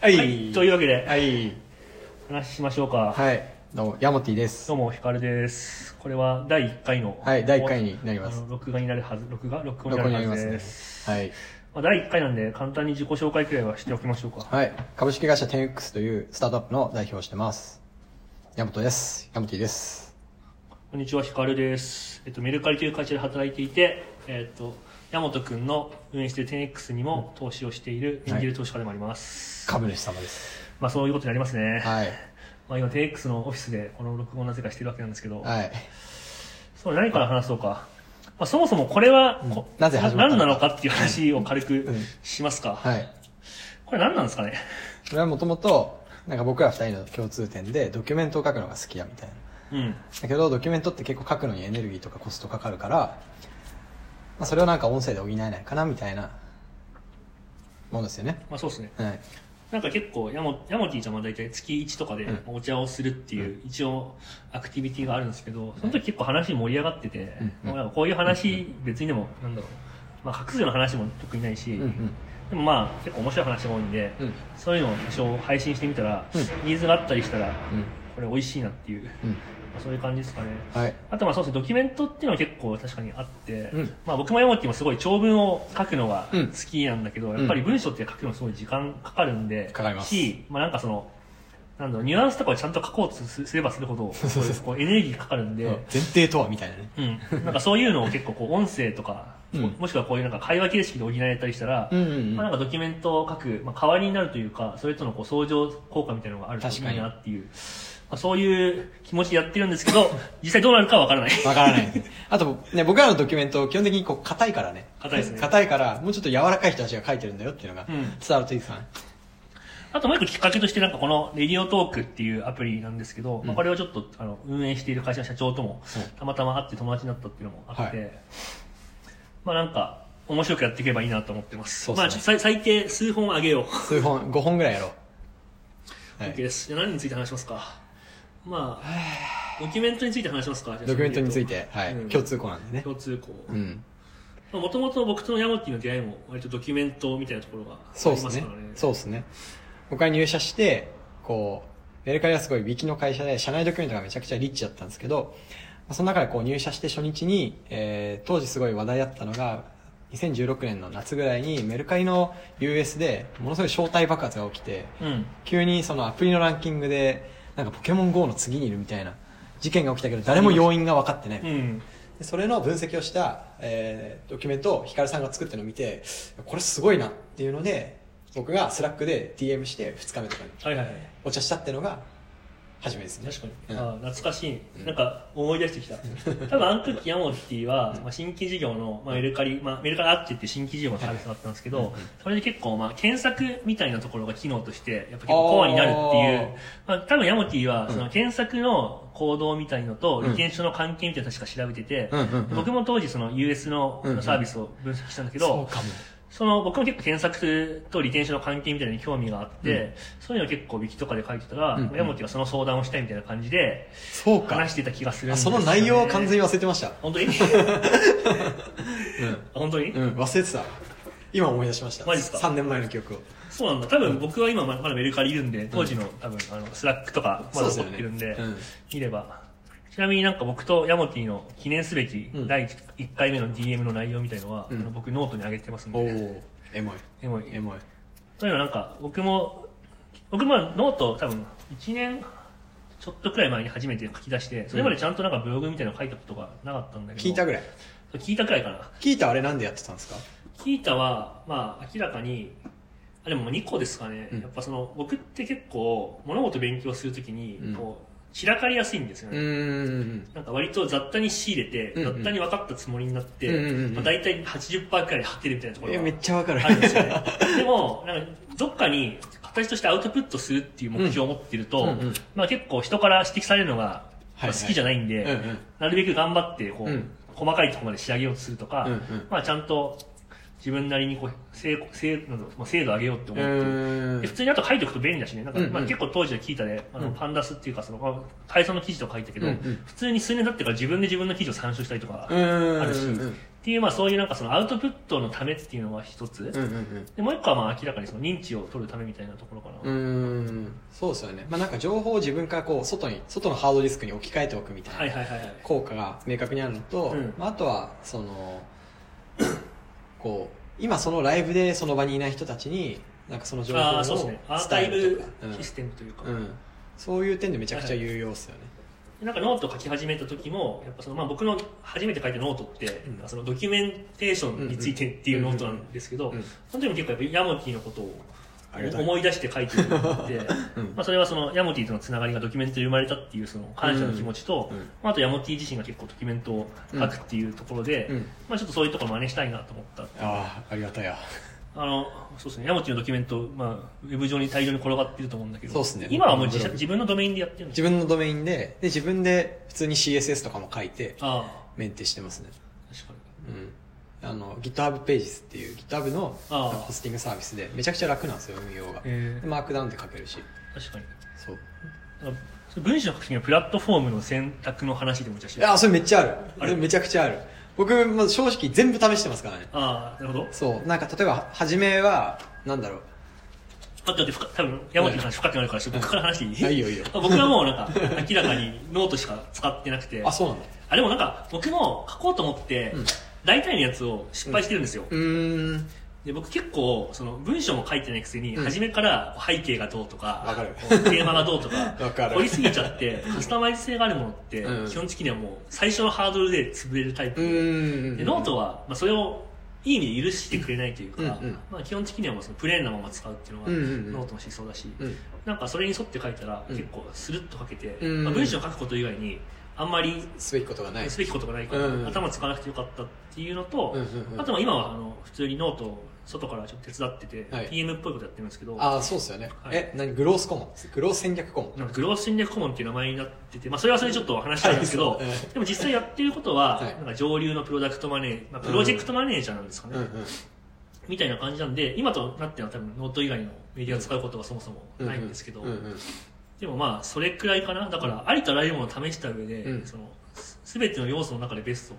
はいはいというわけではい。話しましょうかはい。どうも、ヤモティです。どうもヒカルですこれは第1回のはい第一回になりますあの録画になるはず録画録こ音にこになありるはますずねです。はい。まあ、第1回なんで簡単に自己紹介くらいはしておきましょうかはい。株式会社 10X というスタートアップの代表をしてます。ヤモトです。ヤモティです。こんにちはヒカルです、えっと、メルカリという会社で働いていて、えっと、大和くんの運営している 10X にも投資をしているエンジェル投資家でもあります、株主様です。まあそういうことになりますね、はい。まあ、今 10X のオフィスでこの録音をなぜかしてるわけなんですけど、はい。そう何から話そうか、まあ、そもそもこれは、こなぜ始まったのか何なのかっていう話を軽くんしますか、はい。これ何なんですかねこれはもともと、なんか僕ら二人の共通点で、ドキュメントを書くのが好きやみたいな。うんだけど、ドキュメントって結構書くのにエネルギーとかコストかかるから、まあ、それをなんか音声で補えないかなみたいなものですよね。まあそうですねはい。なんか結構ヤモ、ヤモティちゃんは大体月1とかでうんお茶をするっていう、一応アクティビティがあるんですけど、その時結構話盛り上がってて、うんうんもうなんかこういう話、別にでも、なんだろう、まあ、隠すような話も特にないし、うんうん。でもまあ、結構面白い話が多いんで、うん。そういうのを一応配信してみたら、うんニーズがあったりしたら、うん。これ美味しいなっていう、まうん。あ、そういう感じですかね。はい。あとまあそうですね、ドキュメントっていうのは結構確かにあって、うんまあ僕もヤモティもすごい長文を書くのがうん好きなんだけど、やっぱり文章って書くのすごい時間かかるんで、かかりますし、まあなんかその、なんだろう、ニュアンスとかをちゃんと書こうとすすればするほど、 そうそうこうエネルギーかかるんで、前提とはみたいなね。うん。なんかそういうのを結構こう音声とか、うんもしくはこういうなんか会話形式で補えたりしたら、うんうんまあ、なんかドキュメントを書く、まあ、代わりになるというか、それとのこう相乗効果みたいなのがあるといい確かになっていう、まあ、そういう気持ちでやってるんですけ ど、実際どうなるかはわからない。わからないですね。 あと、ね、僕らのドキュメント、基本的にこう、硬いからね。硬いですね硬いから、もうちょっと柔らかい人たちが書いてるんだよっていうのが、う伝んわるといいですかね。あともう一個きっかけとして、なんかこのレディオトークっていうアプリなんですけど、まあこれをちょっとあの運営している会社の社長ともうんたまたま会って友達になったっていうのもあって、はまあなんか面白くやっていけばいいなと思ってます。そうっすまねあちょ最最低数本上げよう。数本、5本ぐらいやろう。は OK い。です。じゃあ何について話しますかまあ、ドキュメントについて話しますかじゃあドキュメントについて、はいうん。共通項なんでね。共通項。うん。もともと僕とヤモティの出会いも割とドキュメントみたいなところがあそうりでますすねからね。。そうですね。僕が入社して、こう、メルカリはすごいビキの会社で、社内ドキュメントがめちゃくちゃリッチだったんですけど、その中でこう入社して初日に、えー当時すごい話題だったのが、2016年の夏ぐらいにメルカリの US でものすごい招待爆発が起きて、うん。急にそのアプリのランキングで、なんかポケモン GO の次にいるみたいな事件が起きたけど、誰も要因が分かってない。うん。でそれの分析をした、えードキュメントをヒカルさんが作ってるのを見てこれすごいなっていうので僕がスラックで DM して2日目とかにはいはいはい。お茶したっていうのが初めですね確かに、うんああ懐かしい、うんなんか思い出し てきた多分あの時ヤモティは、まあ、新規事業の、まあ、メルカリ、まあ、メルカリアッチっていう新規事業のサービスがあったんですけど、それで結構、まあ、検索みたいなところが機能としてやっぱ結構コアになるっていうまあ、多分ヤモティはその検索の行動みたいのとうん利権書の関係みたいなの確か調べてて、うんうんうん僕も当時その US のサービスを分析したんだけど、そうかもその僕も結構検索とリテンションの関係みたいなのに興味があって、うんそういうのを結構ウィキとかで書いてたら、うんうん山木がその相談をしたいみたいな感じでそうか話してた気がするんあですそよねの内容を完全に忘れてました本当に 本当に、うん、うん、忘れてた今思い出しましたマジっすか3年前の記憶をそうなんだ多分僕は今まだメルカリいるんで当時の多分あのスラックとかまだそ残うでってすよるんねで、うん見ればちなみになんか僕とヤモティの記念すべきうん第1回目の DM の内容みたいのは、うんあの僕ノートに上げてますんおで、おエモいエモいエモいそういうのなんか、僕も、僕もノート多分1年ちょっとくらい前に初めて書き出して、それまでちゃんとなんかブログみたいなの書いたことがなかったんだけど。聞いたくぐらいらい聞いたくらいかな。聞いたあれなんでやってたんですか聞いたは、まあ明らかに、あ、でも2個ですかね。うんやっぱその、僕って結構物事勉強するときにうん、こう、散らかりやすいんですようね。んなんか割と雑多に仕入れて、うんうん雑多に分かったつもりになって、うんうんうんまあ、大体80%くらい果てるみたいなところえがめっちゃわかるあるんですよね。でも、なんか、どっかに形としてアウトプットするっていう目標を持ってると、うんうんうんまあ結構人から指摘されるのが、はいはいまあ好きじゃないんで、うんうんなるべく頑張って、こう、うん細かいところまで仕上げようとするとか、うんうんまあちゃんと自分なりにこう精精なんだろうまあ精度上げようって思って、うんで普通にあと書いておくと便利だしねなんか、うんうんまあ、結構当時は聞いたで、あのうんパンダスっていうかその、まあ、改造の記事とか書いたけど、うんうん普通に数年経ってから自分で自分の記事を参照したりとか、うんうんあるし、うんうんっていう、まあ、そういうなんかそのアウトプットのためっていうのは一つ、うんうんでもう一個はまあ明らかにその認知を取るためみたいなところかな、うんうんそうですよねまあなんか情報を自分からこう外に外のハードディスクに置き換えておくみたいなはいはいはいはい効果が明確にあるのと、うんまあ、あとはその こう今そのライブでその場にいない人たちになんかその情報あをあそうですねアーカイ伝えるブとかうんシステムというか、うん、そういう点でめちゃくちゃ有用っすよね、でなんかノート書き始めた時もやっぱその、まあ、僕の初めて書いたノートって、うんなんかそのドキュメンテーションについてっていうノートなんですけど、うんその時も結構やっぱヤモティのことをありがたい思い出して書いてるのが あって、うんまあ、それはそのヤモティとのつながりがドキュメントで生まれたっていうその感謝の気持ちと、うんうんまあ、あとヤモティ自身が結構ドキュメントを書くっていうところで、うんまあ、ちょっとそういうところ真似したいなと思ったああありがたいやあのそうですねヤモティのドキュメント、まあ、ウェブ上に大量に転がってると思うんだけどそうっすね今はもう自ブロ社グ自分のドメインでやってるんです自分のドメインでで自分で普通に CSS とかも書いてあメンテしてますね、あ確かにうん、あの GitHub ページスっていう GitHub のあーホスティングサービスでめちゃくちゃ楽なんですよ運用が、えでマークダウンで書けるしー確かにそうなんかその文章の時のプラットフォームの選択の話でもじゃしいやそれめっちゃあるああるれめちゃくちゃある僕も正直全部試してますからねああなるほどそうなんか例えば初めはなんだろう待って待って深多分山本の話深くなるからちょっと僕から話していい、あいいよいいよ僕はもうなんか 明らかにノートしか使ってなくてあそうなんだあでもなんか僕も書こうと思って、うん大体のやつを失敗してるんですよ、うーんで僕結構その文章も書いてないくせに、うん初めから背景がどうとかわかるこうテーマがどうとか わかる掘りすぎちゃってカスタマイズ性があるものって、うん基本的にはもう最初のハードルで潰れるタイうプで、ーんでノートは、まあ、それをいい意味で許してくれないというか、うんうんまあ、基本的にはもうそのプレーンなまま使うっていうのがうんうんうんノートの思想だし、うんなんかそれに沿って書いたらうん結構スルッと書けて、うんまあ、文章を書くこと以外にあんまりすべきことがないすべきことがないから、うん頭使わなくてよかったっていうのと、うんうんうんあとは今はあの普通にノートを外からちょっと手伝ってて、はい PM っぽいことやってるんですけどああそうっすよね、はいえ何グロースコモングロース戦略コモンなんかグロース戦略顧問っていう名前になってて、まあ、それはそれでちょっと話したんですけど、はいそうでも実際やってることは、はいなんか上流のプロダクトマネー、まあ、プロジェクトマネージャーなんですかね、うんうんみたいな感じなんで今となっては多分ノート以外のメディアを使うことはそもそもうんないんですけど、うんうんでもまあそれくらいかなだからありとあらゆるものを試した上で、うんそのす全ての要素の中でベス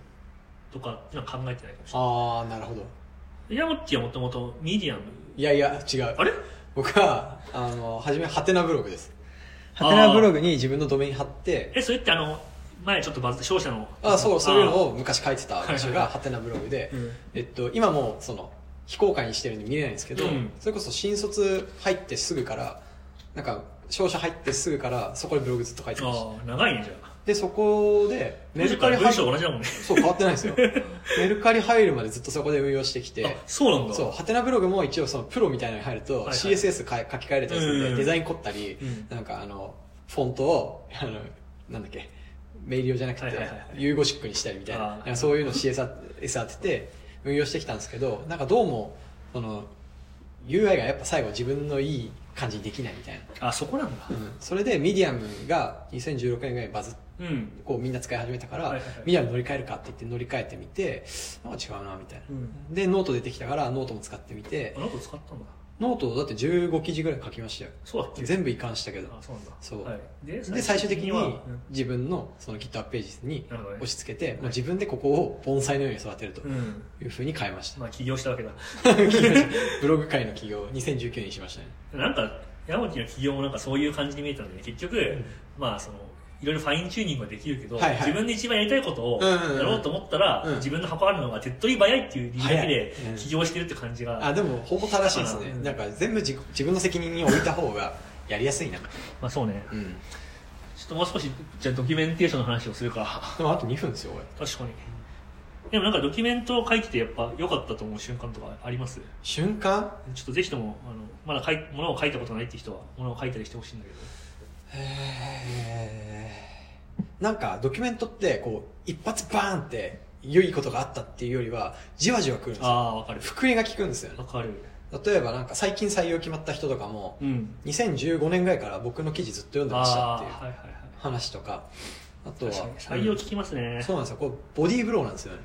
トとかっていうのは考えてないかもしれないああなるほどでヤモッチはもともとミディアムいやいや違うあれ僕はあの初めハテナブログですあーハテナブログに自分のドメイン貼ってえそれってあの前ちょっとバズって商社のあそうそういうのを昔書いてたはいはいはい場所がハテナブログで、うんえっと、今もうその非公開にしてるんで見れないんですけど、うんそれこそ新卒入ってすぐからなんか商社入ってすぐからそこでブログずっと書いてましたああ長いねじゃあでそこでメメルルカカリリ入文る章同じだもんねそう変わってないん ですよメルカリ入るまでずっとそこで運用してきてあそうなんだそうハテナブログも一応そのプロみたいなのに入るとはいはい CSS か書き換えれたりするんうで、んデザイン凝ったり、うんなんかあのフォントをあのなんだっけメイリオじゃなくて、はいはいはいユーゴシックにしたりみたいなあなーんかそういうの CSS 当てて運用してきたんですけどなんかどうもその UI がやっぱ最後自分のいい感じにできないみたいな、あそこなんだうんそれでミディアムが2016年ぐらいにバズってうんこうみんな使い始めたから、はいはいはいミディアム乗り換えるかって言って乗り換えてみてなんか違うなみたいな、うんでノート出てきたからノートも使ってみてあの子使ったんだノートだって15記事ぐらい書きましたよそうだっけ全部移管したけどあそうなんだそうはい、でで最終的には自分のその GitHub ページになるほどね押し付けて、もう自分でここを盆栽のように育てるとうん、うんいうふうに変えま した、まあ起業したわけだブログ界の企業を2019年にしましたねなんかヤモティの起業もなんかそういう感じに見えたんで、ね、結局、まあそのいろいろファインチューニングはできるけど、はいはい自分で一番やりたいことをうんうんうんやろうと思ったら、うん自分の箱あるのが手っ取り早いっていう理由だけで早いうん起業してるって感じが、あでもほぼ正しいですねうんなんか全部自自分の責任に置いた方がやりやすいなまあそうねうんでちょっともう少しじゃあドキュメンテーションの話をするかもあと2分ですよ俺確かにでもなんかドキュメントを書いててやっぱ良かったと思う瞬間とかあります瞬間ちょっとぜひともあのまだ書い物を書いたことないって人は物を書いたりしてほしいんだけどへーなんかドキュメントってこう一発バーンって良いことがあったっていうよりはじわじわくるんですあよあわかる福利が効くんですよねわかる例えばなんか最近採用決まった人とかもうん2015年ぐらいから僕の記事ずっと読んでましたっあていうーはいはいはい話とかあとは確かに採用聞きますね、そうなんですよこうボディーブローなんですよね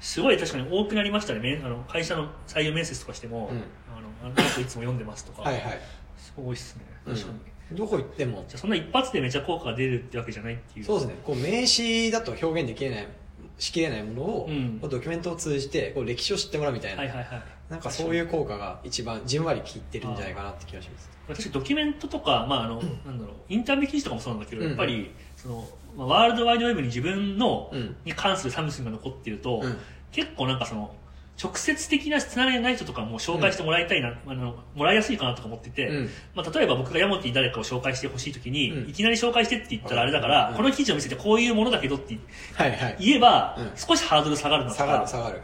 すごい確かに多くなりましたねめあの会社の採用面接とかしても、うんあのあのなんかいつも読んでますとか、はいはい、すごい多いっすねうん確かに、じどこ行ってもゃあそんな一発でめちゃ効果が出るってわけじゃないっていうそうですねこう名詞だと表現できれないしきれないものを、うんこうドキュメントを通じてこう歴史を知ってもらうみたいな、はいはいはいなんかそうういう効果が一番じんわり効いてるんじゃないかなって気がします私ドキュメントとか、まああのなんだろうインタビュー記事とかもそうなんだけど、うんやっぱりその、まあ、ワールドワイドウェブに自分の、うんに関するサムスンが残ってると、うん結構なんかその直接的なつながりがない人とかも紹介してもらいたいな、あのもらいやすいかなとか思ってて、うんまあ、例えば僕がヤモティ誰かを紹介してほしいときに、うんいきなり紹介してって言ったらあれだから、うんこの記事を見せてこういうものだけどってはいはい言えば、うん少しハードル下がるなとか下がる下がる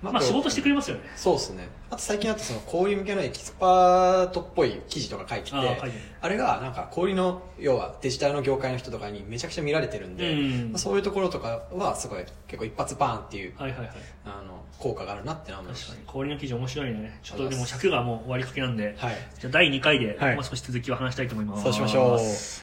まあ、仕事してくれますよねそうですねあと最近だとその氷向けのエキスパートっぽい記事とか書いててああ書いてるあれがなんか氷の要はデジタルの業界の人とかにめちゃくちゃ見られてるんで、うんまあそういうところとかはすごい結構一発バーンっていう、はいはいはいあの効果があるなってのは思いま確しかに氷の記事面白いねちょっありがとうごとでもざいます尺がもう終わりかけなんで、たはいじゃあ第2回で、はいまあ、少し続きを話したいと思いますそうしましょう